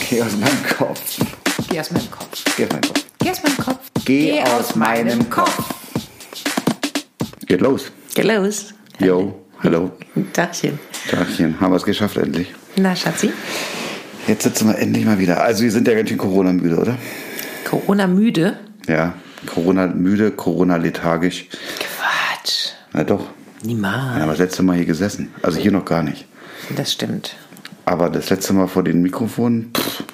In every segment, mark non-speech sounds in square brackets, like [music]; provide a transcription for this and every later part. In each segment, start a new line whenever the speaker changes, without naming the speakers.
Geh aus meinem Kopf.
Geh aus meinem Kopf.
Geh aus meinem Kopf.
Geh aus meinem Kopf.
Geh aus meinem Geht los.
Geht los.
Yo, hallo.
Tagchen.
Tagchen, haben wir es geschafft endlich.
Na, Schatzi?
Jetzt sitzen wir endlich mal wieder. Also wir sind ja ganz schön Corona-müde, oder?
Corona-müde?
Ja, Corona-müde, Corona-lethargisch.
Quatsch.
Na doch, wir
Niemals.
haben das letzte Mal hier gesessen. Also hier noch gar nicht.
Das stimmt.
Aber das letzte Mal vor den Mikrofonen, pff,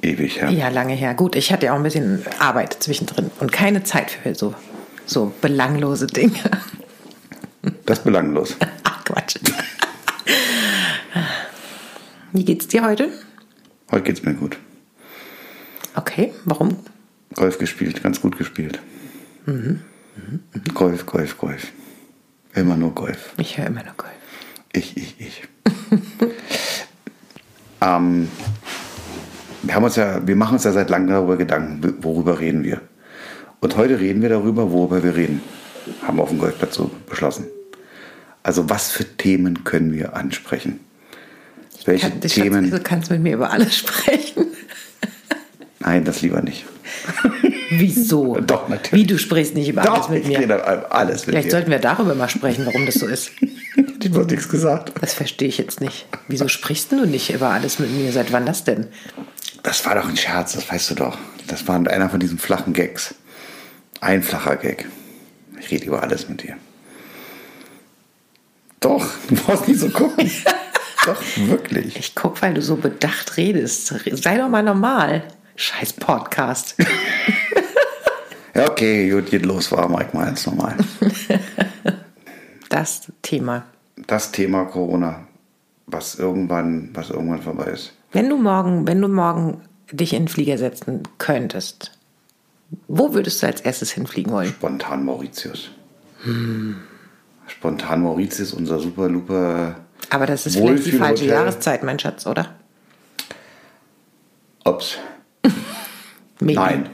ewig her.
Ja, lange her. Gut, ich hatte ja auch ein bisschen Arbeit zwischendrin und keine Zeit für so, so belanglose Dinge.
Das ist belanglos.
[laughs] Ach, Quatsch. [laughs] Wie geht's dir heute?
Heute geht's mir gut.
Okay, warum?
Golf gespielt, ganz gut gespielt. Golf, Golf, Golf. Immer nur Golf.
Ich höre immer nur Golf.
Ich, ich, ich. [laughs] ähm, wir, haben uns ja, wir machen uns ja seit langem darüber Gedanken, worüber reden wir. Und heute reden wir darüber, worüber wir reden. Haben wir auf dem Golfplatz so beschlossen. Also was für Themen können wir ansprechen? Welche
Kann- also-
Themen?
Schatz, du kannst mit mir über alles [laughs] sprechen.
Nein, das lieber nicht.
Wieso?
Doch, natürlich.
Wie, du sprichst nicht über alles mit
ich
mir.
rede alles mit
Vielleicht
dir.
sollten wir darüber mal sprechen, warum das so ist.
[laughs] Ich habe nichts gesagt.
Das verstehe ich jetzt nicht. Wieso sprichst du nicht über alles mit mir? Seit wann das denn?
Das war doch ein Scherz, das weißt du doch. Das war einer von diesen flachen Gags. Ein flacher Gag. Ich rede über alles mit dir. Doch, [laughs] du brauchst nicht so gucken. doch, wirklich.
Ich guck, weil du so bedacht redest. Sei doch mal normal. Scheiß Podcast.
Ja, okay, gut, geht los, war Mike mal jetzt nochmal.
Das Thema.
Das Thema Corona, was irgendwann, was irgendwann vorbei ist.
Wenn du morgen, wenn du morgen dich in den Flieger setzen könntest, wo würdest du als erstes hinfliegen wollen?
Spontan Mauritius. Spontan Mauritius, unser super, luper.
Aber das ist vielleicht die
Wohlfühlhotel.
falsche Jahreszeit, mein Schatz, oder?
Ops.
Mega.
Nein.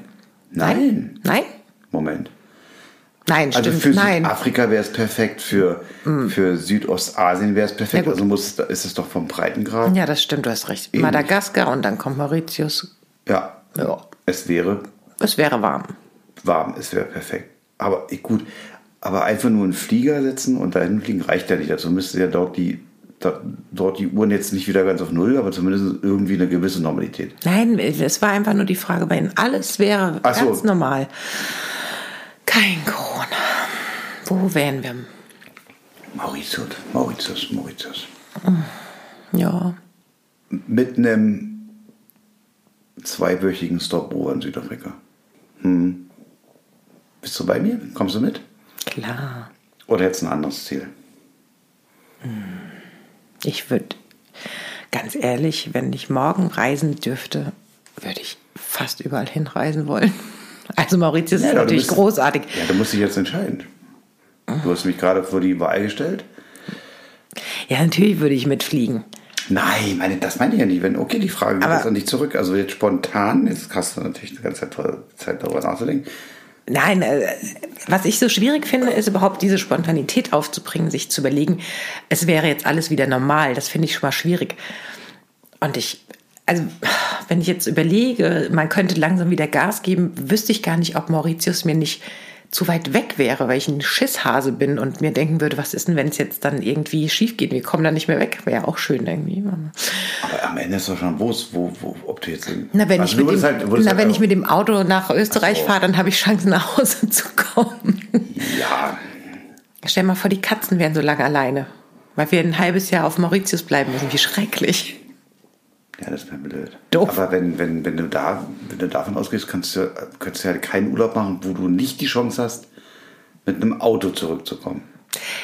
Nein.
Nein?
Moment.
Nein,
Also
stimmt.
für
Nein. Mm.
Südafrika wäre es perfekt, für, für Südostasien wäre es perfekt.
Na gut.
Also muss, ist es doch vom Breitengrad.
Ja, das stimmt, du hast recht. Madagaskar und dann kommt Mauritius.
Ja.
Ja.
Es wäre
Es wäre warm.
warm, es wäre perfekt. Aber eh, gut, aber einfach nur einen Flieger setzen und dahin fliegen reicht ja nicht. Dazu müsste ja dort die, da, dort die Uhren jetzt nicht wieder ganz auf Null, aber zumindest irgendwie eine gewisse Normalität.
Nein, es war einfach nur die Frage bei Ihnen. Alles wäre
Ach so.
ganz normal. Kein Corona. Wo wären wir?
Mauritius, Mauritius, Mauritius.
Ja.
Mit einem zweiwöchigen Stopover in Südafrika. Hm. Bist du bei mir? Kommst du mit?
Klar.
Oder jetzt ein anderes Ziel.
Ich würde, ganz ehrlich, wenn ich morgen reisen dürfte, würde ich fast überall hinreisen wollen. [laughs] Also Mauritius ist
du
natürlich
bist-
großartig.
Ja, du musst dich jetzt entscheiden. Du hast mich gerade vor die Wahl gestellt.
Ja, natürlich würde ich mitfliegen.
Nein, meine, das meine ich ja nicht. Wenn, okay, die Frage geht
Aber-
jetzt an dich zurück. Also jetzt spontan, jetzt hast du natürlich die ganze Zeit, Zeit darüber nachzudenken.
Nein, äh, was ich so schwierig finde, ist überhaupt diese Spontanität aufzubringen, sich zu überlegen, es wäre jetzt alles wieder normal. Das finde ich schon mal schwierig. Und ich, also, wenn ich jetzt überlege, man könnte langsam wieder Gas geben, wüsste ich gar nicht, ob Mauritius mir nicht zu weit weg wäre, weil ich ein Schisshase bin und mir denken würde, was ist denn, wenn es jetzt dann irgendwie schief geht? Wir kommen da nicht mehr weg. Wäre ja auch schön irgendwie.
Aber am Ende ist doch schon, wo, es- wo, wo ob du jetzt... in-
Na, wenn,
Also
ich,
du
mit dem,
würdest halt- würdest
na,
halt
wenn
einfach-
ich mit dem Auto nach Österreich
Ach so.
fahre, dann habe ich Chancen, nach Hause zu kommen.
Ja,
Stell mal vor, die Katzen wären so lange alleine, weil wir ein halbes Jahr auf Mauritius bleiben müssen. Wie schrecklich.
ja, das wäre blöd.
Doof.
Aber wenn, wenn, wenn, du da, wenn du davon ausgehst, kannst du, kannst du ja keinen Urlaub machen, wo du nicht die Chance hast, mit einem Auto zurückzukommen.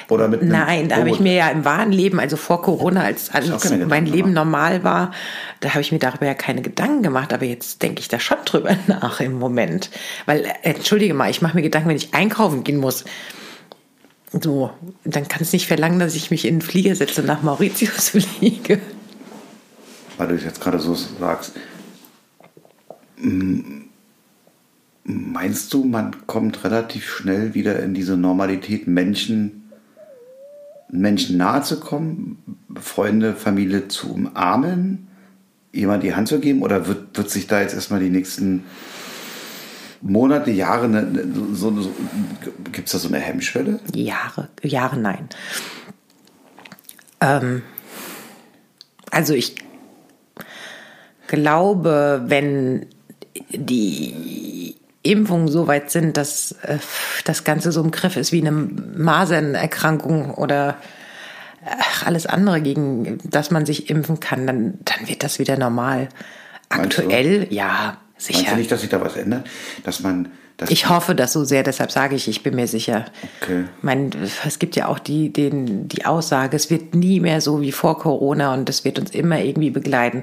Oder mit einem
Nein, da habe ich
Boot.
mir ja im wahren Leben, also vor Corona, als
auch
alles
keine
mein
Gedanken
Leben normal war, da habe ich mir darüber ja keine Gedanken gemacht. Aber jetzt denke ich da schon drüber [laughs] nach im Moment. Weil, äh, entschuldige mal, ich mache mir Gedanken, wenn ich einkaufen gehen muss. So, dann kann es nicht verlangen, dass ich mich in den Flieger setze und nach Mauritius [laughs] fliege.
weil du es jetzt gerade so sagst. M- Meinst du, man kommt relativ schnell wieder in diese Normalität, Menschen, Menschen nahe zu kommen, Freunde, Familie zu umarmen, jemand die Hand zu geben oder wird, wird sich da jetzt erstmal die nächsten Monate, Jahre, ne- ne- so, so, gibt es da so eine Hemmschwelle?
Jahre, Jahre nein. Ähm, also ich glaube, wenn die Impfungen so weit sind, dass äh, das Ganze so im Griff ist wie eine Masernerkrankung oder ach, alles andere, gegen das man sich impfen kann, dann, dann wird das wieder normal.
Meinst du?
Aktuell, ja, sicher.
Meinst du nicht, dass sich da was ändert? Dass man, dass
Ich hoffe das so sehr, deshalb sage ich, ich bin mir sicher.
Okay.
Ich meine, es gibt ja auch die, den, die Aussage, es wird nie mehr so wie vor Corona und es wird uns immer irgendwie begleiten.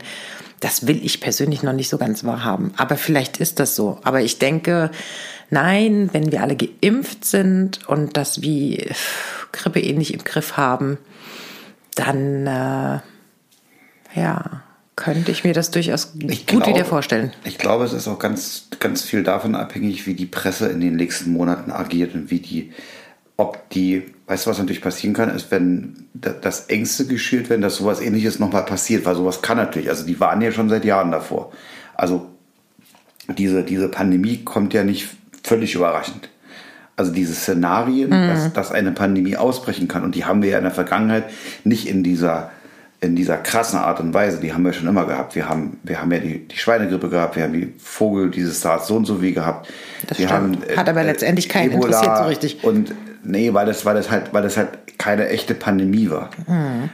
Das will ich persönlich noch nicht so ganz wahrhaben. Aber vielleicht ist das so. Aber ich denke, nein, wenn wir alle geimpft sind und das wie äh, Grippe ähnlich im Griff haben, dann äh, ja, könnte ich mir das durchaus
Ich
gut
glaube-
wieder vorstellen.
Ich glaube, es ist auch ganz, ganz viel davon abhängig, wie die Presse in den nächsten Monaten agiert und wie die, ob die, weißt du, was natürlich passieren kann, ist, wenn da- das Ängste geschürt werden, dass sowas ähnliches nochmal passiert, weil sowas kann natürlich, also die waren ja schon seit Jahren davor. Also diese, diese Pandemie kommt ja nicht völlig überraschend. Also diese Szenarien,
Mhm.
dass, dass eine Pandemie ausbrechen kann, und die haben wir ja in der Vergangenheit nicht in dieser, in dieser krassen Art und Weise, die haben wir schon immer gehabt. Wir haben, wir haben ja die, die Schweinegrippe gehabt, wir haben die Vogel, dieses SARS so und so wie gehabt.
Das
wir äh,
stimmt. Hat aber letztendlich keinen interessiert so richtig.
Und nee, weil das, weil das halt, weil das halt keine echte Pandemie war.
Mhm.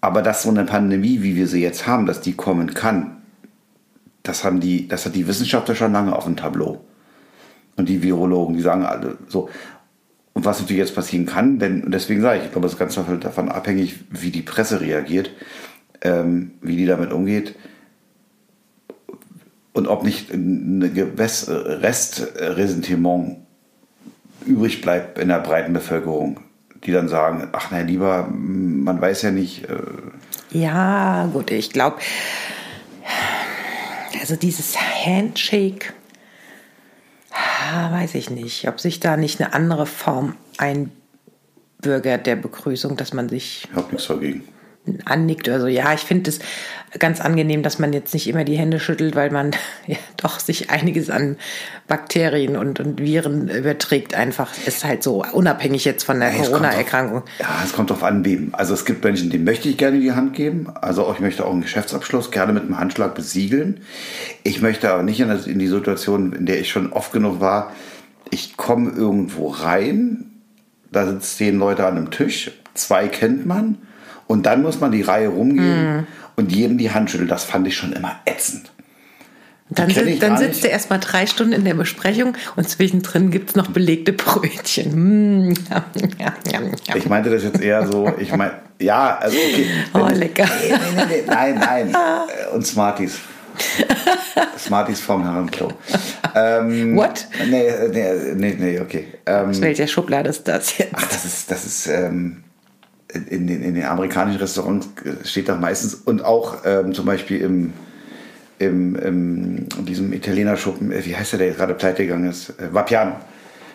Aber dass so eine Pandemie, wie wir sie jetzt haben, dass die kommen kann, das haben die, das hat die Wissenschaftler schon lange auf dem Tableau. Und die Virologen, die sagen alle so. Und was natürlich jetzt passieren kann, denn und deswegen sage ich, ich glaube, es ist ganz viel davon abhängig, wie die Presse reagiert, ähm, wie die damit umgeht und ob nicht ein gewäss- Restresentiment übrig bleibt in der breiten Bevölkerung, die dann sagen, ach nein, lieber, hm, man weiß ja nicht, äh,
Ja, gut, ich glaube, also dieses Handshake, ah, weiß ich nicht, ob sich da nicht eine andere Form einbürgert der Begrüßung, dass man sich
ich habe nichts dagegen.
annickt oder so. Ja, ich finde es ganz angenehm, dass man jetzt nicht immer die Hände schüttelt, weil man [laughs] ja doch sich einiges an Bakterien und, und Viren überträgt. Einfach ist halt so, unabhängig jetzt von der
Ja, es kommt drauf-
Corona-Erkrankung.
Ja, es kommt drauf an, wem. Also es gibt Menschen, denen möchte ich gerne die Hand geben. Also auch, ich möchte auch einen Geschäftsabschluss gerne mit einem Handschlag besiegeln. Ich möchte aber nicht in das- in die Situation, in der ich schon oft genug war, ich komme irgendwo rein, da sitzen zehn Leute an einem Tisch, zwei kennt man und dann muss man die Reihe rumgehen und jedem die Hand schütteln. Das fand ich schon immer ätzend.
Dann,
kenn
sit-
ich
dann
gar
sitzt
nicht.
er erstmal drei Stunden in der Besprechung und zwischendrin gibt es noch belegte Brötchen. Mm.
Ich meinte das jetzt eher so, ich meine, ja, also okay.
Oh,
Wenn-
lecker.
Nee, nee, nee, nee, nein, nein. Äh, Und Smarties. Smarties vom Herrenklo. Ähm,
What?
Nee, nee, nee, nee okay. Ähm,
Aus welcher Schublade ist das jetzt?
ach, das ist, das ist, ähm, in, den, in den amerikanischen Restaurants steht doch meistens und auch ähm, zum Beispiel im, im, im in diesem Italiener-Schuppen, äh, wie heißt der, der jetzt gerade pleite gegangen ist? Äh, Vapiano.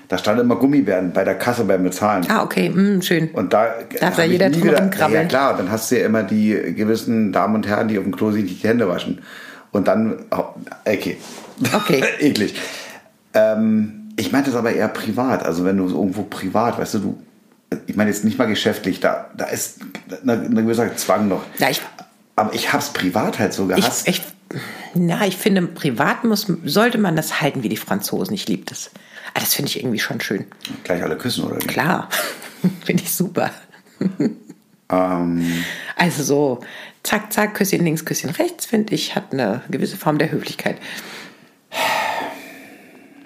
Da stand immer Gummibären bei der Kasse beim Bezahlen.
Ah, okay, mm, schön.
Und da
Darf da
hab ich
jeder
nie
drum
gedacht-
rumkrabbeln.
Ja klar, dann hast du ja immer die gewissen Damen und Herren, die auf dem Klo sich nicht die Hände waschen. Und dann, oh, okay. [clears throat]
Okay.
[laughs] Eklig. Ähm, ich meinte das aber eher privat. Also wenn du so irgendwo privat, weißt du, du, ich meine jetzt nicht mal geschäftlich, da, da ist eine, eine gewisser Zwang noch.
Ja, ich-
aber ich hab's privat halt so
Ich,
gehasst.
ich, na, ich finde, privat muss, sollte man das halten wie die Franzosen. Ich liebe das. Ah, das finde ich irgendwie schon schön.
Gleich alle küssen, oder wie?
Klar, [laughs] finde ich super.
Ähm,
Also so, zack, zack, Küsschen links, Küsschen rechts, finde ich, hat eine gewisse Form der Höflichkeit.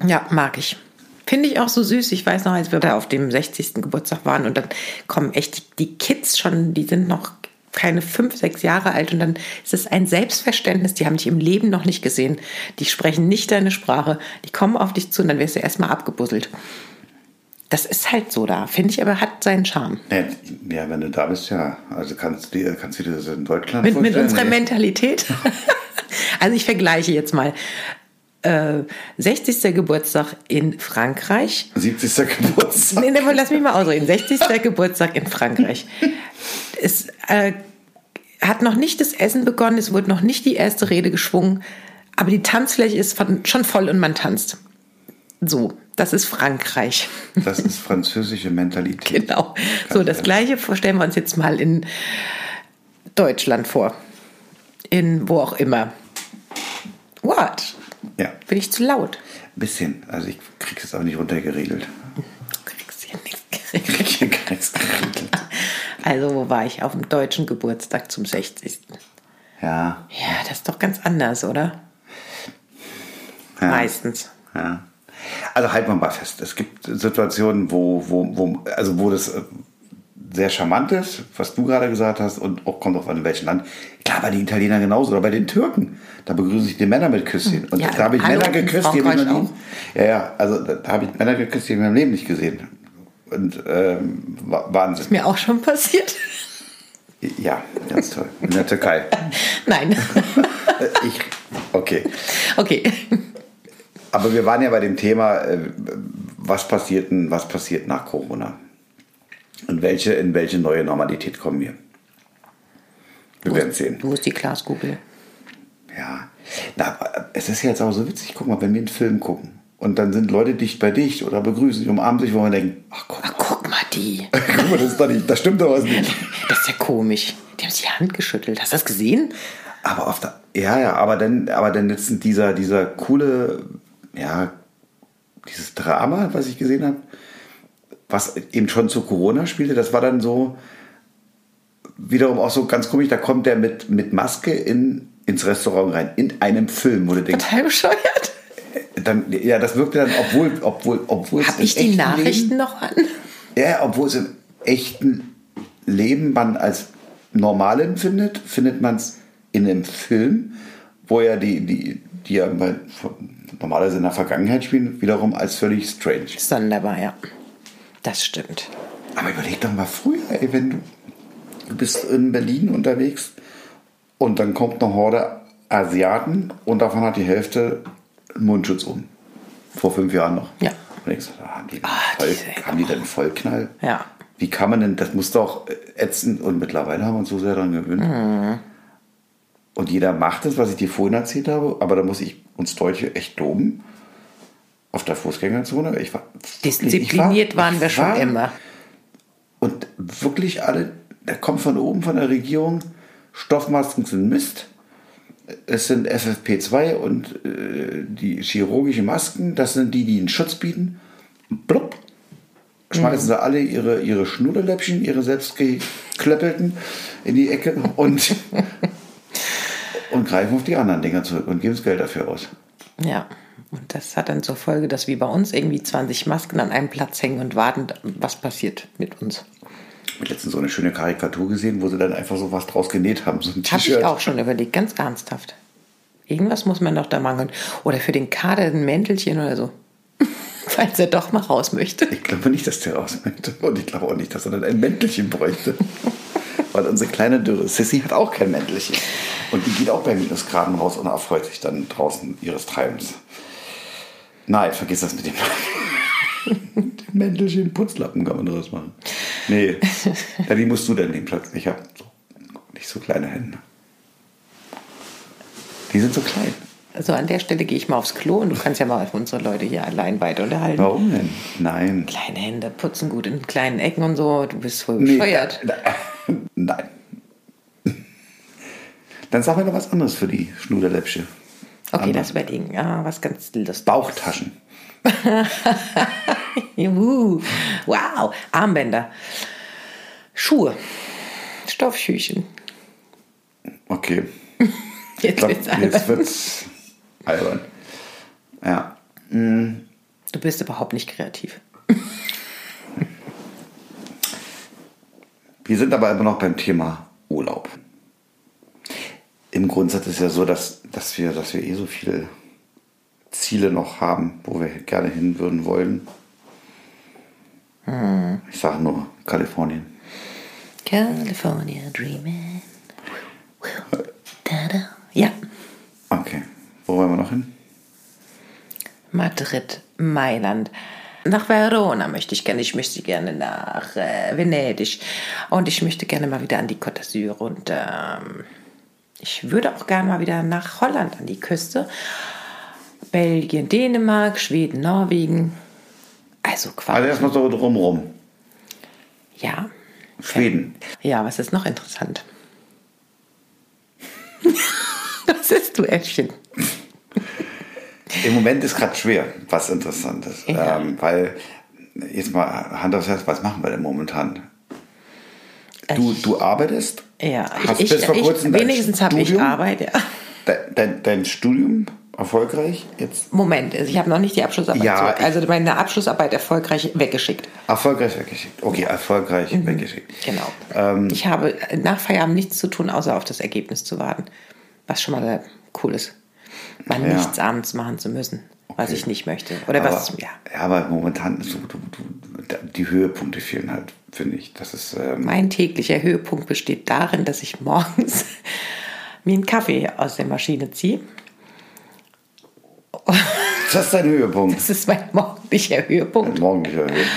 Ja, mag ich. Finde ich auch so süß. Ich weiß noch, als wir da auf dem 60. Geburtstag waren und dann kommen echt die, die Kids schon, die sind noch keine fünf, sechs Jahre alt und dann ist es ein Selbstverständnis, die haben dich im Leben noch nicht gesehen. Die sprechen nicht deine Sprache, die kommen auf dich zu und dann wirst du erstmal abgebusselt. Das ist halt so da, finde ich, aber hat seinen Charme.
Nee, Ja, wenn du da bist, ja. Also kannst du dir, kannst du dir das in Deutschland
Mit, mit
vorstellen?
unserer
Nee.
Mentalität. also ich vergleiche jetzt mal. Äh, 60. Geburtstag in Frankreich.
70. Geburtstag.
Nee, nee, lass mich mal ausreden. 60. Geburtstag in Frankreich. Ist, äh, hat noch nicht das Essen begonnen, es wurde noch nicht die erste Rede geschwungen, aber die Tanzfläche ist von, schon voll und man tanzt. So, das ist Frankreich.
Das ist französische Mentalität.
[laughs] Genau. So, das gleiche stellen wir uns jetzt mal in Deutschland vor. In wo auch immer. What?
Ja, ein
Bin ich zu laut?
bisschen. Also ich krieg's jetzt auch nicht runtergeregelt. [laughs]
Du kriegst hier nichts.
Ich krieg's geregelt.
Also, wo war ich? Auf dem deutschen Geburtstag zum 60.
Ja,
Ja, das ist doch ganz anders, oder?
Ja.
Meistens.
ja. Also halten wir mal fest. Es gibt Situationen, wo, wo, wo, also wo das äh, sehr charmant ist, was du gerade gesagt hast, und auch kommt auf an, in welchem Land. Klar, bei den Italienern genauso, oder bei den Türken. Da begrüßen sich die Männer mit Küsschen. Und
Ja,
da habe ich
hallo,
Männer
in
geküsst, die habe ich
Frankreich
noch nie. Ja, ja, also da habe ich Männer geküsst, die habe ich in meinem Leben nicht gesehen. Und ähm, Wa- Wahnsinn.
Mir auch schon passiert. [laughs]
Ja, ganz toll. In der Türkei. Äh,
Nein. [laughs]
Ich, okay.
Okay.
Aber wir waren ja bei dem Thema, äh, was passiert denn, was passiert nach Corona? Und welche, in welche neue Normalität kommen wir? Wir werden sehen.
Wo ist die Glaskugel?
Ja. Na, aber es ist ja jetzt auch so witzig, guck mal, wenn wir einen Film gucken und dann sind Leute dicht bei dicht oder begrüßen sich, umarmen sich, wo man denkt, ach guck mal,
Ach, guck mal, die.
[laughs] guck mal, das ist doch nicht, das stimmt doch was nicht.
Das ist ja komisch. Die haben sich die Hand geschüttelt. Hast du das gesehen?
Aber auf der, ja, ja, aber dann, aber dann letztens dieser, dieser coole, ja, dieses Drama, was ich gesehen habe, was eben schon zu Corona spielte, das war dann so wiederum auch so ganz komisch, da kommt der mit, mit Maske in, ins Restaurant rein, in einem Film, wo du denkst,
Total bescheuert.
dann, ja, das wirkte dann, obwohl, obwohl, obwohl es
Habe
im
ich die
echten
Nachrichten noch an? [laughs]
Leben, ja, obwohl es im echten Leben man als normal empfindet, findet man es in einem Film, wo ja die, die, die ja bei- normalerweise in der Vergangenheit spielen, wiederum als völlig strange.
Sonderbar, ja. Das stimmt.
Aber überleg doch mal früher, ey, wenn du, du bist in Berlin unterwegs und dann kommt eine Horde Asiaten und davon hat die Hälfte einen Mundschutz um. Vor fünf Jahren noch.
Ja.
Und denkst, du, haben, die
Ah,
voll,
diese-
haben die denn Vollknall?
Ja.
Wie kann man denn, das muss doch ätzend und mittlerweile haben wir uns so sehr daran gewöhnt.
Mhm.
Und jeder macht es, was ich dir vorhin erzählt habe, aber da muss ich uns Deutsche echt loben. Auf der Fußgängerzone. Ich war,
Diszipliniert
ich war-
waren wir
ich
schon
war-
immer.
und wirklich alle, da kommt von oben von der Regierung, Stoffmasken sind Mist. Es sind FFP2 und äh, die chirurgischen Masken, das sind die, die einen Schutz bieten. Blub, schmeißen
Mhm.
sie alle ihre, ihre Schnuderläppchen, ihre selbstgeklöppelten in die Ecke
[laughs]
und, und greifen auf die anderen Dinger zurück und geben das Geld dafür aus.
Ja. Und das hat dann zur Folge, dass wie bei uns irgendwie 20 Masken an einem Platz hängen und warten, was passiert mit uns.
Ich habe letztens so eine schöne Karikatur gesehen, wo sie dann einfach so was draus genäht haben, so ein
Habe ich
T-Shirt.
auch schon überlegt, ganz ernsthaft. Irgendwas muss man doch da mangeln. Oder für den Kader ein Mäntelchen oder so. [laughs] Falls er doch mal raus möchte.
Ich glaube nicht, dass der raus möchte. Und ich glaube auch nicht, dass er dann ein Mäntelchen bräuchte. Weil unsere kleine dürre Sissy hat auch kein Mäntelchen. Und die geht auch bei Minusgraden raus und erfreut sich dann draußen ihres Treibens. Nein, vergiss das mit dem [laughs] Mit dem Mäntelchen. Putzlappen kann man daraus machen. Nee, ja, die musst du dann den Platz. Ich habe so, nicht so kleine Hände. Die sind so klein.
Also an der Stelle gehe ich mal aufs Klo und du kannst ja mal unsere Leute hier allein weiter unterhalten.
Warum denn? Nein.
Kleine Hände putzen gut in kleinen Ecken und so. Du bist wohl
Nee,
bescheuert.
da- da- [laughs] Nein. Dann sag mir noch was anderes für die Schnuderläppsche.
Okay,
Aber-
das überlegen. Ah, was ganz lustiges.
Bauchtaschen.
Juhu. Wow. Armbänder. Schuhe. Stoffschüchen.
Okay. Ich
Jetzt
glaub,
wird's albern.
jetzt wird's albern. Ja.
Du bist überhaupt nicht kreativ.
Wir sind aber immer noch beim Thema Urlaub. Im Grundsatz ist ja so, dass, dass, wir, dass wir eh so viele Ziele noch haben, wo wir gerne hin würden wollen.
Hm.
Ich sage nur Kalifornien.
California Dreaming. Da-da. Ja,
Okay. Wo wollen wir noch hin?
Madrid, Mailand, nach Verona möchte ich gerne, ich möchte gerne nach äh, Venedig und ich möchte gerne mal wieder an die Côte d'Azur und ähm, ich würde auch gerne mal wieder nach Holland an die Küste. Belgien, Dänemark, Schweden, Norwegen. Also quasi.
Also erstmal so drumrum.
Ja.
Schweden.
Ja, was ist
[laughs]
noch interessant? was ist du, Äffchen?
Im Moment ist gerade schwer, was interessant ist.
Ja.
Ähm, weil, jetzt mal Hand aufs Herz, was machen wir denn momentan?
Äh,
Du, du arbeitest?
Ja,
Hast
ich,
bis
ich,
vor kurzem
ich,
dein
wenigstens habe ich
Studium-
Arbeit. Ja.
Dein, dein, dein Studium erfolgreich jetzt?
Moment, also ich habe noch nicht die Abschlussarbeit.
Ja,
zurück.
ich-
also meine Abschlussarbeit erfolgreich weggeschickt.
Erfolgreich weggeschickt. Okay, erfolgreich weggeschickt.
Genau.
Ähm,
ich habe nach Feierabend nichts zu tun, außer auf das Ergebnis zu warten. Was schon mal äh, cool ist. Mal
Ja.
nichts abends machen zu müssen, was ich nicht möchte. Oder
aber,
was, ja.
ja, aber momentan ist so, du, du, die Höhepunkte fehlen halt, finde ich. Das ist, ähm,
Mein täglicher Höhepunkt besteht darin, dass ich morgens [laughs] mir einen Kaffee aus der Maschine ziehe.
das ist dein Höhepunkt.
Das ist mein morgendlicher Höhepunkt.
Ein morgendlicher Höhepunkt. Ja.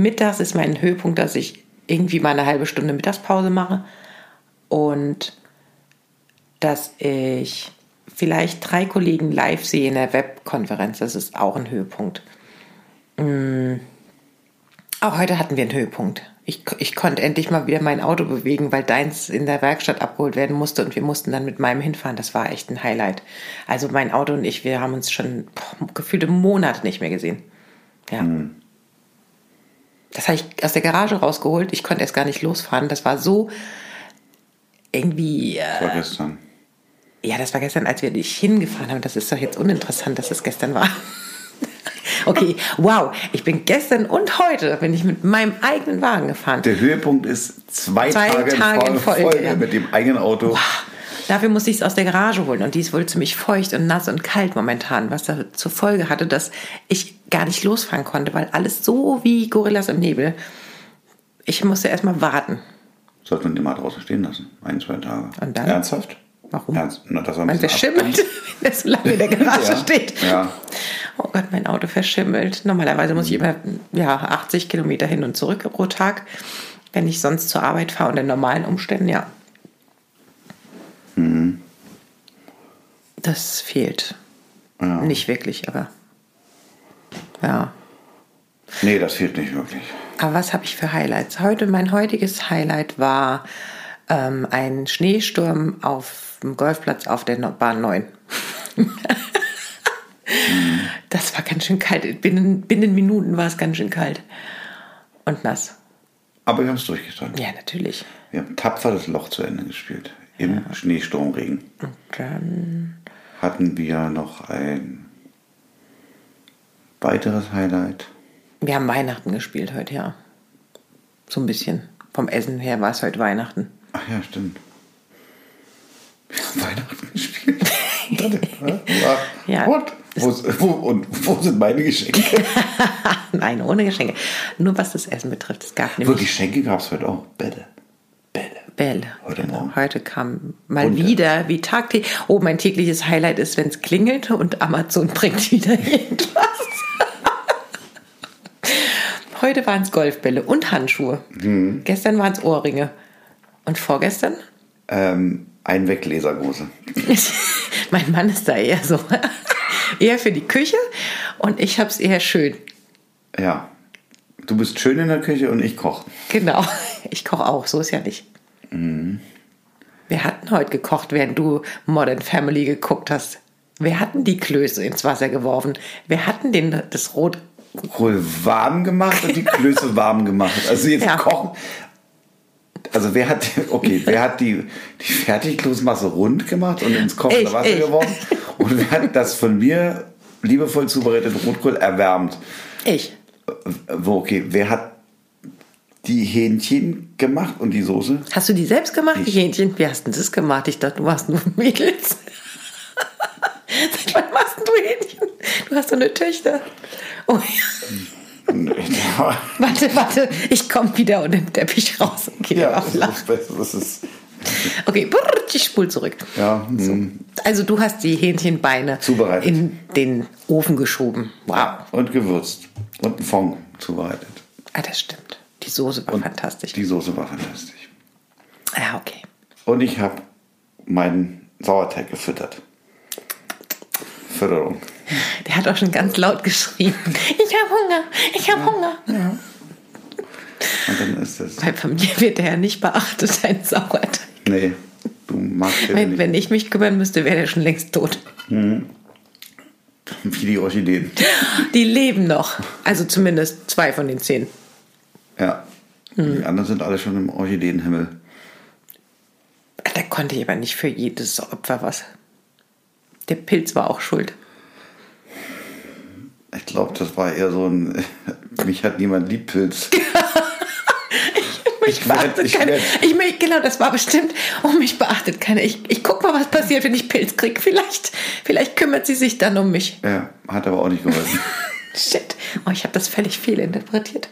Mittags ist mein Höhepunkt, dass ich irgendwie mal eine halbe Stunde Mittagspause mache und dass ich vielleicht drei Kollegen live sehe in der Webkonferenz. Das ist auch ein Höhepunkt. Mm. Auch heute hatten wir einen Höhepunkt. Ich, ich konnte endlich mal wieder mein Auto bewegen, weil deins in der Werkstatt abgeholt werden musste und wir mussten dann mit meinem hinfahren. Das war echt ein Highlight. Also mein Auto und ich, wir haben uns schon boah, gefühlte Monate nicht mehr gesehen. Ja. Das habe ich aus der Garage rausgeholt. Ich konnte erst gar nicht losfahren. Das war so irgendwie. Äh,
Das war gestern.
ja, das war gestern, als wir dich hingefahren haben. Das ist doch jetzt uninteressant, dass es gestern war. [laughs] okay, wow. Ich bin gestern und heute bin ich mit meinem eigenen Wagen gefahren.
Der Höhepunkt ist zwei,
Zwei
Tage,
Tage in
in Folge,
Folge, ja.
mit dem eigenen Auto.
Dafür musste ich es aus der Garage holen und die ist wohl ziemlich feucht und nass und kalt momentan, was da zur Folge hatte, dass ich gar nicht losfahren konnte, weil alles so wie Gorillas im Nebel. Ich musste erstmal warten.
Sollte man den mal draußen stehen lassen. Ein, zwei Tage.
Und dann?
Ernsthaft?
Warum?
Ernst? Na, das war ein
Man
bisschen
verschimmelt,
Abstand.
[laughs] wenn er so lange in der [laughs]
[laughs]
Garage
Ja,
steht.
ja.
Oh Gott, mein Auto verschimmelt. Normalerweise muss ich immer ja, 80 Kilometer hin und zurück pro Tag, wenn ich sonst zur Arbeit fahre unter normalen Umständen, ja. Das fehlt. Nicht wirklich, aber ja.
Nee, das fehlt nicht wirklich.
Aber was habe ich für Highlights? Heute, mein heutiges Highlight war ähm, ein Schneesturm auf dem Golfplatz auf der No- Bahn 9. das war ganz schön kalt. Binnen, binnen Minuten war es ganz schön kalt. Und nass.
Aber wir haben es durchgestanden.
Ja, natürlich.
Wir haben tapfer das Loch zu Ende gespielt. Im Schneesturmregen
Und ähm, dann
hatten wir noch ein weiteres Highlight.
wir haben Weihnachten gespielt heute, ja. So ein bisschen. Vom Essen her war es heute Weihnachten.
Ach ja, stimmt. Wir haben [laughs] Weihnachten
[laughs]
gespielt. ja.
Ja.
What? Wo, wo, und wo sind meine Geschenke?
Nein, ohne Geschenke. Nur was das Essen betrifft. Es gab
Für
nämlich
Geschenke gab es heute auch. Bälle. Bälle.
Bell. Genau.
Heute Morgen. äh,
Heute kam mal
Hunde.
wieder, wie tagtäglich. Oh, mein tägliches Highlight ist, wenn es klingelt und Amazon [laughs] bringt wieder irgendwas. heute waren es Golfbälle und Handschuhe.
Mhm.
Gestern waren es Ohrringe. Und vorgestern? [laughs]
Ähm, ein Weglesergose.
mein Mann ist da eher so. [laughs] eher für die Küche und ich habe es eher schön.
Ja. Du bist schön in der Küche und ich koche.
Genau. [laughs] Ich koche auch, so ist ja nicht.
Mhm.
Wir hatten heute gekocht, während du Modern Family geguckt hast. Wir hatten die Klöße ins Wasser geworfen. Wir hatten den, das Rot.
Kohl warm gemacht und die
[laughs]
Klöße warm gemacht. Also jetzt
Ja.
kochen. Also wer hat, okay, wer hat die, die Fertigklosmasse rund gemacht und ins kochende
Ich,
Wasser
ich.
geworfen? Und wer hat das von mir liebevoll zubereitete Rotkohl erwärmt?
Ich.
Äh, Wo, okay, wer hat die Hähnchen gemacht und die
[laughs]
Soße?
Hast du die selbst gemacht, die
Ich.
Hähnchen? Wie hast du das gemacht? Ich dachte, du warst nur [laughs] Mädels. Seit wann machst denn du Hähnchen? Du hast so eine Töchter. Oh [laughs] ja.
[laughs]
Warte, warte. Ich komme wieder unter den Teppich raus und gehe
Ja,
auf
das ist, das ist
Okay, brrr, ich spul zurück.
Ja, mhm.
So. Also du hast die Hähnchenbeine
Zubereitet.
in den Ofen geschoben. Wow.
Und gewürzt. Und einen Fond zubereitet.
Ah, das stimmt. Die Soße war
Und
fantastisch.
Die Soße war fantastisch.
Ja, okay.
Und ich habe meinen Sauerteig gefüttert. Fütterung.
Der hat auch schon ganz laut geschrien. Ich habe Hunger, ich habe Hunger.
Und dann ist das.
Weil bei mir wird der ja nicht beachtet, ein Sauerteig.
Nee, du magst ja
Wenn,
nicht.
wenn ich mich kümmern müsste, wäre der schon längst tot.
Wie die Orchideen.
Die leben noch. Also zumindest zwei von den zehn.
Ja. Die anderen sind alle schon im Orchideenhimmel.
Da konnte ich aber nicht für jedes Opfer was. Der Pilz war auch schuld.
Ich glaube, das war eher so ein. Mich hat niemand lieb, Pilz.
Mich
Ich werd-
beachtet
ich
keiner.
werd-
Ich mich, genau, das war bestimmt. Oh, mich beachtet keiner. Ich, ich guck mal, was passiert, wenn ich Pilz krieg. Vielleicht, vielleicht kümmert sie sich dann um mich.
Ja, hat aber auch nicht geholfen.
Shit. Oh, ich habe das völlig fehlinterpretiert.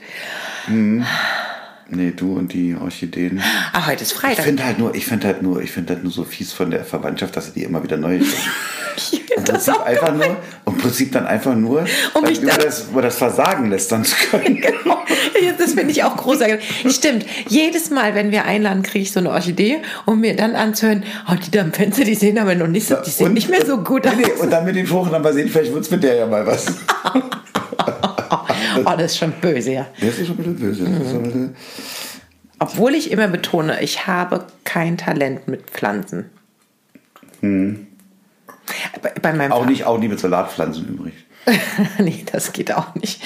Nee, du und die Orchideen.
Ah, heute ist
Ich
Freitag.
finde halt nur, ich finde halt nur, ich finde halt nur so fies von der Verwandtschaft, dass sie die immer wieder neu [laughs] schicken.
[laughs] Ich find
Im Prinzip einfach nur, im Prinzip dann einfach nur
Um
dann
mich
über,
dann-
das, über das Versagen lästern zu können.
Genau. Ja, Das finde ich auch großartig. Stimmt. Jedes Mal, wenn wir einladen, kriege ich so eine Orchidee, um mir dann anzuhören, oh, die da am Fenster, die sehen aber noch nicht so, [laughs] die sehen
Und-
nicht mehr so gut aus.
Nee, nee, und dann mit den Vogel dann mal sehen, vielleicht wird es mit der ja mal
[laughs]
was.
Oh, das ist schon böse, ja.
Der ist ja schon ein bisschen böse. Das ist so ein bisschen-
Mhm. Obwohl ich immer betone, ich habe kein Talent mit Pflanzen. Bei, bei meinem
Auch nicht, auch nie mit Salatpflanzen übrig.
[laughs] nee, das geht auch nicht.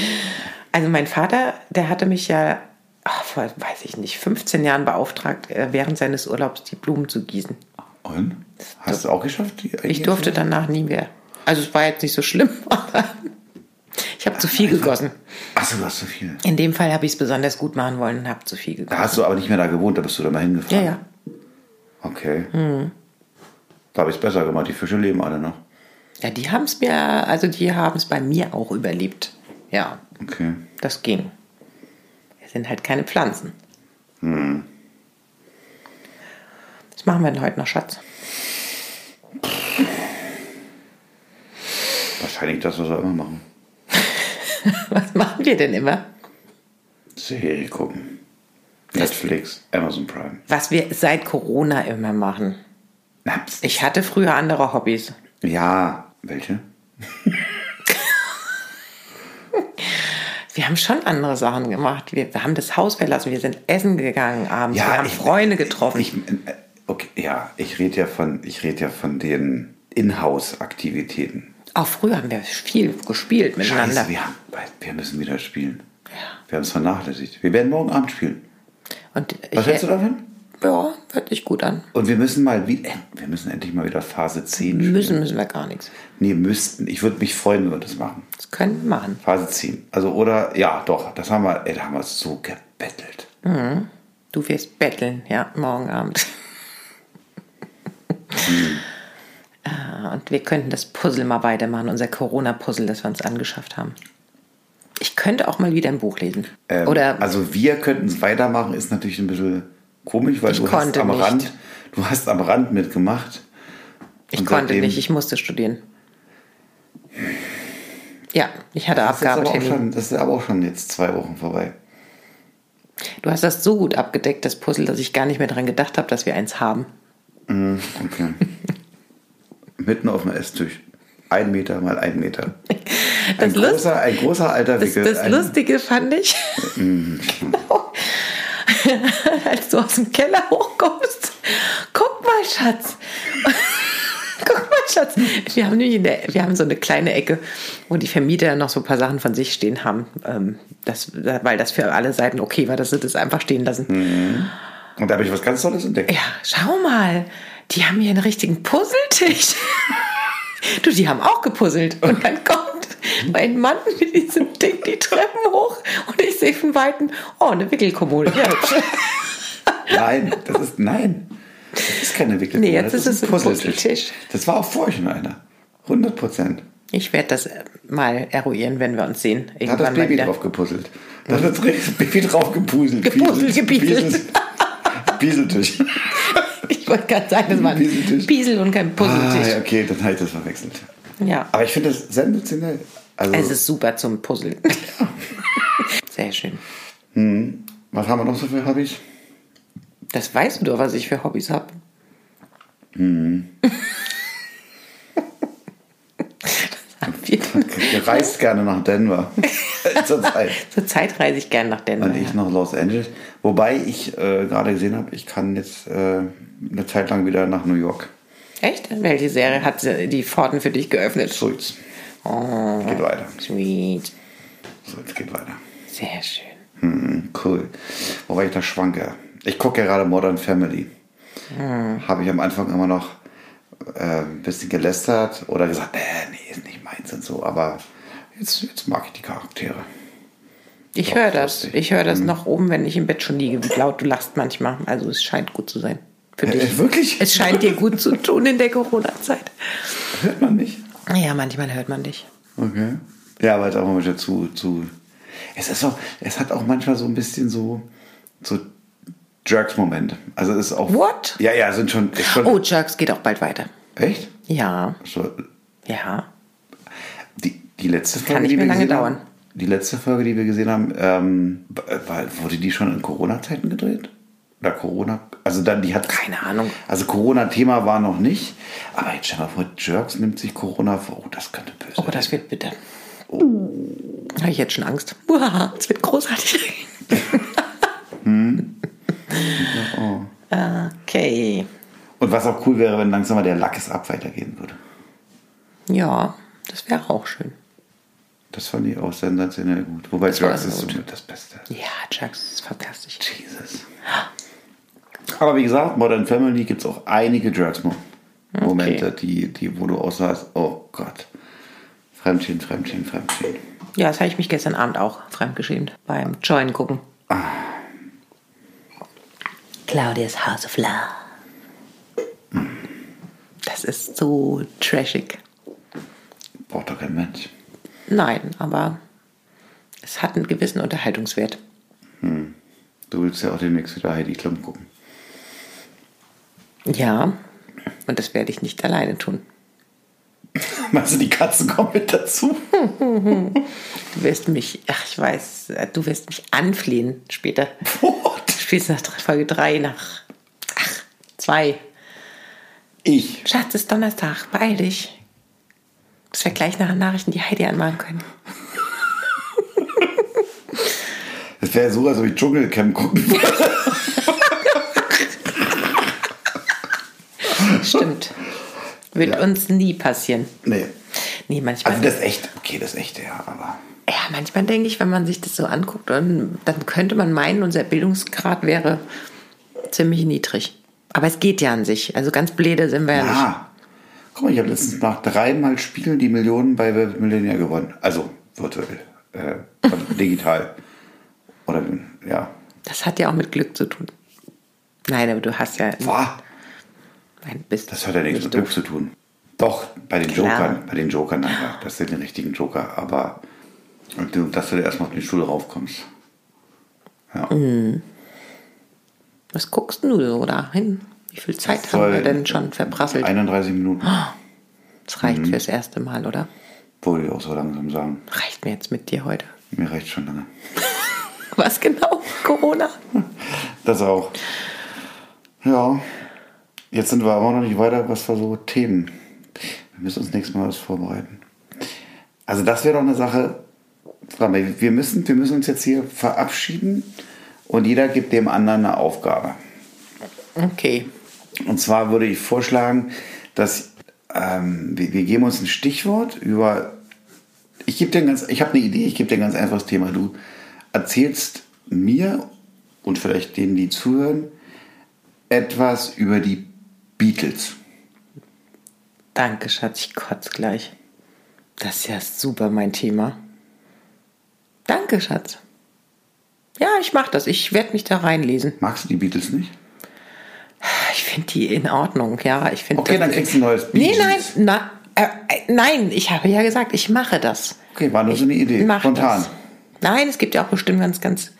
Also mein Vater, der hatte mich ja ach, vor, weiß ich nicht, 15 Jahren beauftragt, äh, während seines Urlaubs die Blumen zu gießen.
Und? Hast du auch geschafft? Die
Ich durfte danach nie mehr. Also es war jetzt nicht so schlimm, [laughs] aber ich habe zu viel gegossen.
Achso, du hast so viel.
Also In dem Fall habe ich es besonders gut machen wollen und habe zu viel gegossen.
Da hast du aber nicht mehr da gewohnt, da bist du dann mal
Ja,
hingefahren.
ja. Mhm.
Okay. Da habe ich es besser gemacht. Die Fische leben alle noch.
Ja, die haben es mir, also die haben es bei mir auch überlebt. Ja,
Okay.
das ging. Es sind halt keine Pflanzen.
Hm.
Was machen wir denn heute noch, Schatz? [laughs]
Wahrscheinlich das, was wir immer machen.
Was machen wir denn immer?
Serie gucken. Netflix, Amazon Prime.
Was wir seit Corona immer machen.
Na, pst.
Ich hatte früher andere Hobbys.
Ja, welche?
Wir haben schon andere Sachen gemacht. Wir, wir haben das Haus verlassen, wir sind essen gegangen abends,
Ja,
wir haben
ich-
Freunde getroffen.
Ich, äh, okay, ja, ich rede ja von, ich rede ja von den Inhouse-Aktivitäten.
Auch früher haben wir viel gespielt miteinander.
Scheiße, wir, haben, wir müssen wieder spielen. Wir haben es vernachlässigt. Wir werden morgen Abend spielen.
Und ich,
Was hältst du davon?
Ja, hört sich gut an.
Und wir müssen mal, wie, äh, wir müssen endlich mal wieder Phase 10 spielen.
Müssen müssen wir gar nichts.
Nee, müssten. Ich würde mich freuen, wenn wir das machen.
Das können wir machen.
Phase 10. Also, oder, ja, doch, das haben wir, ey, da haben wir so gebettelt.
Du wirst betteln, ja, morgen Abend. [laughs] Ah, Und wir könnten das Puzzle mal weitermachen, unser Corona-Puzzle, das wir uns angeschafft haben. Ich könnte auch mal wieder ein Buch lesen.
Ähm,
Oder
also wir könnten es weitermachen, ist natürlich ein bisschen komisch, weil
Ich
du hast
konnte
am
nicht.
Rand, du hast am Rand mitgemacht.
ich
und
konnte
seitdem-
nicht, ich musste studieren. Ja, ich hatte
Das ist, aber auch
Abgabetermin.
schon, das ist aber auch schon jetzt zwei Wochen vorbei.
Du hast das so gut abgedeckt, das Puzzle, dass ich gar nicht mehr dran gedacht habe, dass wir eins haben.
Mhm,
[laughs]
Okay. Mitten auf dem Esstisch. Ein Meter mal ein Meter. Ein
Das, Lust,
großer, ein großer alter
das,
Wickel.
das
ein,
Lustige fand ich, [laughs] als du aus dem Keller hochkommst. Guck mal, Schatz. [laughs] Guck mal, Schatz. Wir haben, nämlich in der, wir haben so eine kleine Ecke, wo die Vermieter noch so ein paar Sachen von sich stehen haben. Ähm, das, weil das für alle Seiten okay war, dass sie das einfach stehen lassen.
und da habe ich was ganz Tolles entdeckt.
Ja, schau mal. Die haben hier einen richtigen Puzzletisch. [laughs] du, die haben auch gepuzzelt. Und dann kommt mein Mann mit diesem Ding die Treppen hoch und ich sehe von Weitem, oh, eine Wickelkommode. Ja, hübsch.
Nein, das ist nein. Das ist keine Wickel.
Nee, jetzt ist es ein Puzzletisch.
Das war auch vorher schon einer. 100 Prozent.
Ich werde das äh, mal eruieren, wenn wir uns sehen.
Da hat das
Irgendwann mal
Baby
wieder. Hm.
drauf gepuzzelt. Da hat das Baby drauf gepuzzelt.
[laughs] Gepuzzelt,
Pieselt.
gepieselt.
Pieselt. Pieseltisch.
[laughs] Ich wollte gerade sagen, das war ein
Pieseltisch.
Piesel und kein
Ah,
Puzzletisch.
ja, okay, dann habe ich das verwechselt.
ja.
Aber ich finde das sensationell. Also,
Es ist super zum Puzzeln. [laughs] Sehr schön.
was haben wir noch so für Hobbys?
Das weißt du doch, was ich für Hobbys habe. [laughs] Hm. wir denn?
Ihr reist gerne nach Denver.
[laughs]
[laughs] Zurzeit.
Zurzeit reise ich gern nach Denver.
Und
Ja.
ich nach Los Angeles. Wobei ich äh, gerade gesehen habe, ich kann jetzt äh, eine Zeit lang wieder nach New York.
Echt? Welche Serie hat sie- die Pforten für dich geöffnet?
Suits.
Oh,
Geht weiter.
sweet.
Suits geht weiter.
Sehr schön.
Hm, cool. Wobei ich da schwanke. Ich gucke gerade Modern Family.
Hm.
Habe ich am Anfang immer noch äh, ein bisschen gelästert oder gesagt, nee, nee, ist nicht meins und so. Aber jetzt, jetzt mag ich die Charaktere.
Ich
Doch,
höre das.
lustig. Hm.
Ich höre das noch oben, wenn ich im Bett schon liege, wie laut du lachst manchmal. Also es scheint gut zu sein. Für dich.
Äh, wirklich?
Es scheint dir gut zu tun in der Corona-Zeit.
Hört man nicht?
Ja, manchmal hört man dich.
Okay. Ja, aber jetzt auch mal wieder zu, zu. Es ist auch, es hat auch manchmal so ein bisschen so, so Jerks-Moment. Also es ist auch.
What?
Ja, ja, sind schon. Ist schon
Oh, Jerks geht auch bald weiter.
Echt?
Ja,
So,
ja.
die, die letzte Folge,
kann nicht
die
mehr
wir
lange
gesehen
dauern.
Haben, die letzte Folge, die wir gesehen haben, ähm, war, wurde die schon in Corona-Zeiten gedreht? Oder Corona? Also dann, die hat.
Keine Ahnung.
Also Corona-Thema war noch nicht. Aber jetzt stell mal vor, Jerks nimmt sich Corona vor. Oh, das könnte böse
Oh, das wird bitter. Habe Oh. ich jetzt schon Angst. Uah, es wird großartig. [laughs] Okay.
Und was auch cool wäre, wenn langsam mal der Lackes ab weitergehen würde.
Ja, das wäre auch schön.
Das fand ich auch sensationell gut. Wobei
war
Jerks ist
gut.
somit das Beste.
Ja, Jerks ist fantastisch.
Jesus. Aber wie gesagt, Modern Family gibt es auch einige Jerks-Momente, die, die, wo du aussahst, oh Gott. Fremdchen, Fremdchen, Fremdchen.
Ja, das habe ich mich gestern Abend auch fremdgeschämt beim Join gucken. Claudias House of Love. Das ist so trashig.
Braucht doch kein Mensch.
Nein, aber es hat einen gewissen Unterhaltungswert.
Du willst ja auch demnächst wieder Heidi Klum gucken. [laughs]
Ja, und das werde ich nicht alleine tun.
Meinst du, die Katzen kommen mit dazu? [laughs]
Du wirst mich, ach ich weiß, äh, du wirst mich anflehen später.
What?
Du spielst nach drei- Folge 3, nach ach, zwei.
Ich.
Schatz, es ist Donnerstag, beeil dich. Dass wir gleich nach den Nachrichten die Heidi anmachen können.
Das wäre so, als ob ich Dschungelcamp gucken [laughs] würde. [laughs]
Stimmt. Wird
Ja.
uns nie passieren.
Nee.
Nee, manchmal.
Also das ist echt, okay, das ist echt, ja, aber.
ja, manchmal denke ich, wenn man sich das so anguckt, dann, dann könnte man meinen, unser Bildungsgrad wäre ziemlich niedrig. Aber es geht ja an sich. Also ganz blöde sind wir ja nicht.
Ah, guck mal, ich habe letztens nach dreimal Spielen die Millionen bei Wer wird Millionär gewonnen. Also virtuell, äh, von
[laughs]
digital. Oder ja.
Das hat ja auch mit Glück zu tun. Nein, aber du hast ja.
Boah,
Nein, bist
das hat ja nichts mit
nicht
Glück zu tun. Doch, bei den
Klar.
Jokern, bei den Jokern einfach. Das sind die richtigen Joker, aber und du, dass du da erstmal auf den Stuhl raufkommst. Ja.
doof. Was guckst denn du so da hin? Wie viel Zeit haben
Voll-
wir denn schon verprasselt?
31
[gasps]
Minuten,
Das
Mhm.
reicht fürs erste Mal, oder?
wollte ich auch so langsam sagen.
Reicht mir jetzt mit dir heute. [laughs]
Mir reicht schon lange.
Was genau? Corona?
Das auch. Ja. Jetzt sind wir aber noch nicht weiter, was für so Themen. Wir müssen uns nächstes Mal was vorbereiten. Also das wäre doch eine Sache. Sag mal, Wir müssen, wir müssen uns jetzt hier verabschieden und jeder gibt dem anderen eine Aufgabe.
Okay.
Und zwar würde ich vorschlagen, dass ähm, wir, wir geben uns ein Stichwort über. Ich gebe dir ein ganz, ich habe eine Idee. Ich gebe dir ein ganz einfaches Thema. Du erzählst mir und vielleicht denen, die zuhören, etwas über die Beatles.
Danke, Schatz, ich kotze gleich. Das ist ja super mein Thema. Danke, Schatz. Ja, ich mach das. Ich werde mich da reinlesen.
Magst du die Beatles nicht?
Ich finde die in Ordnung, ja. Ich finde
Okay, dann kriegst du ein neues Bee
Nee, nein,
Gees.
na, äh, äh, nein, ich habe ja gesagt, ich mache das.
Okay, war nur so eine Idee.
Mach
Spontan.
Das. Nein, es gibt ja auch bestimmt ganz, ganz.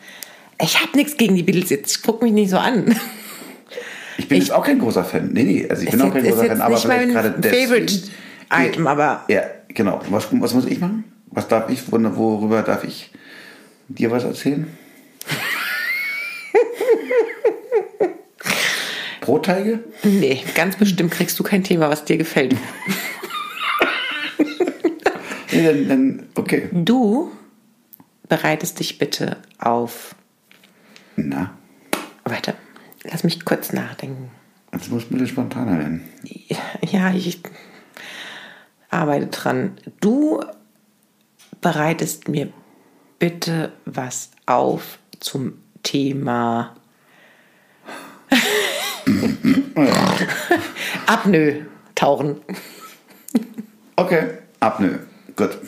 Ich habe nichts gegen die Beatles jetzt. Guck mich nicht so an.
Ich bin
Ich-
jetzt auch kein großer Fan. Nee, nee, also ich bin
[laughs] Ist
auch kein
jetzt- ist
großer
jetzt
Fan, aber
nicht
vielleicht
mein
gerade deswegen-
Favorite-Item, aber-
Ja, genau. Was, was muss ich machen? Was darf ich, wor- worüber darf ich dir was erzählen? Brotteige?
Nee, ganz bestimmt kriegst du kein Thema, was dir gefällt.
Nee, dann, dann, okay.
Du bereitest dich bitte auf.
Na,
Warte, lass mich kurz nachdenken.
das muss ein bisschen spontaner werden.
Ja, ich arbeite dran. Du bereitest mir bitte was auf zum Thema [laughs] Apnoe tauchen.
Okay, Apnoe. Gut.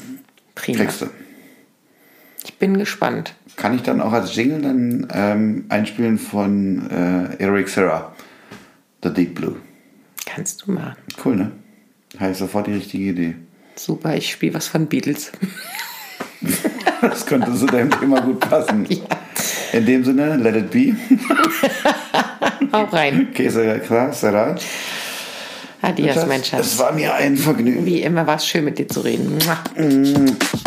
Prima.
Kriegst du.
Ich bin gespannt.
Kann ich dann auch als Jingle dann ähm, einspielen von äh, Eric Serra, The Deep Blue.
Kannst du machen.
Cool, ne? Heißt sofort die richtige Idee.
Super, ich spiele was von Beatles.
Das könnte zu deinem Thema gut
[laughs]
passen. In dem Sinne, let it be.
Hau rein.
Käse, klar, Serra.
Adios, mein Schatz.
Es war mir ein Vergnügen.
Wie immer war es schön, mit dir zu reden. Mua.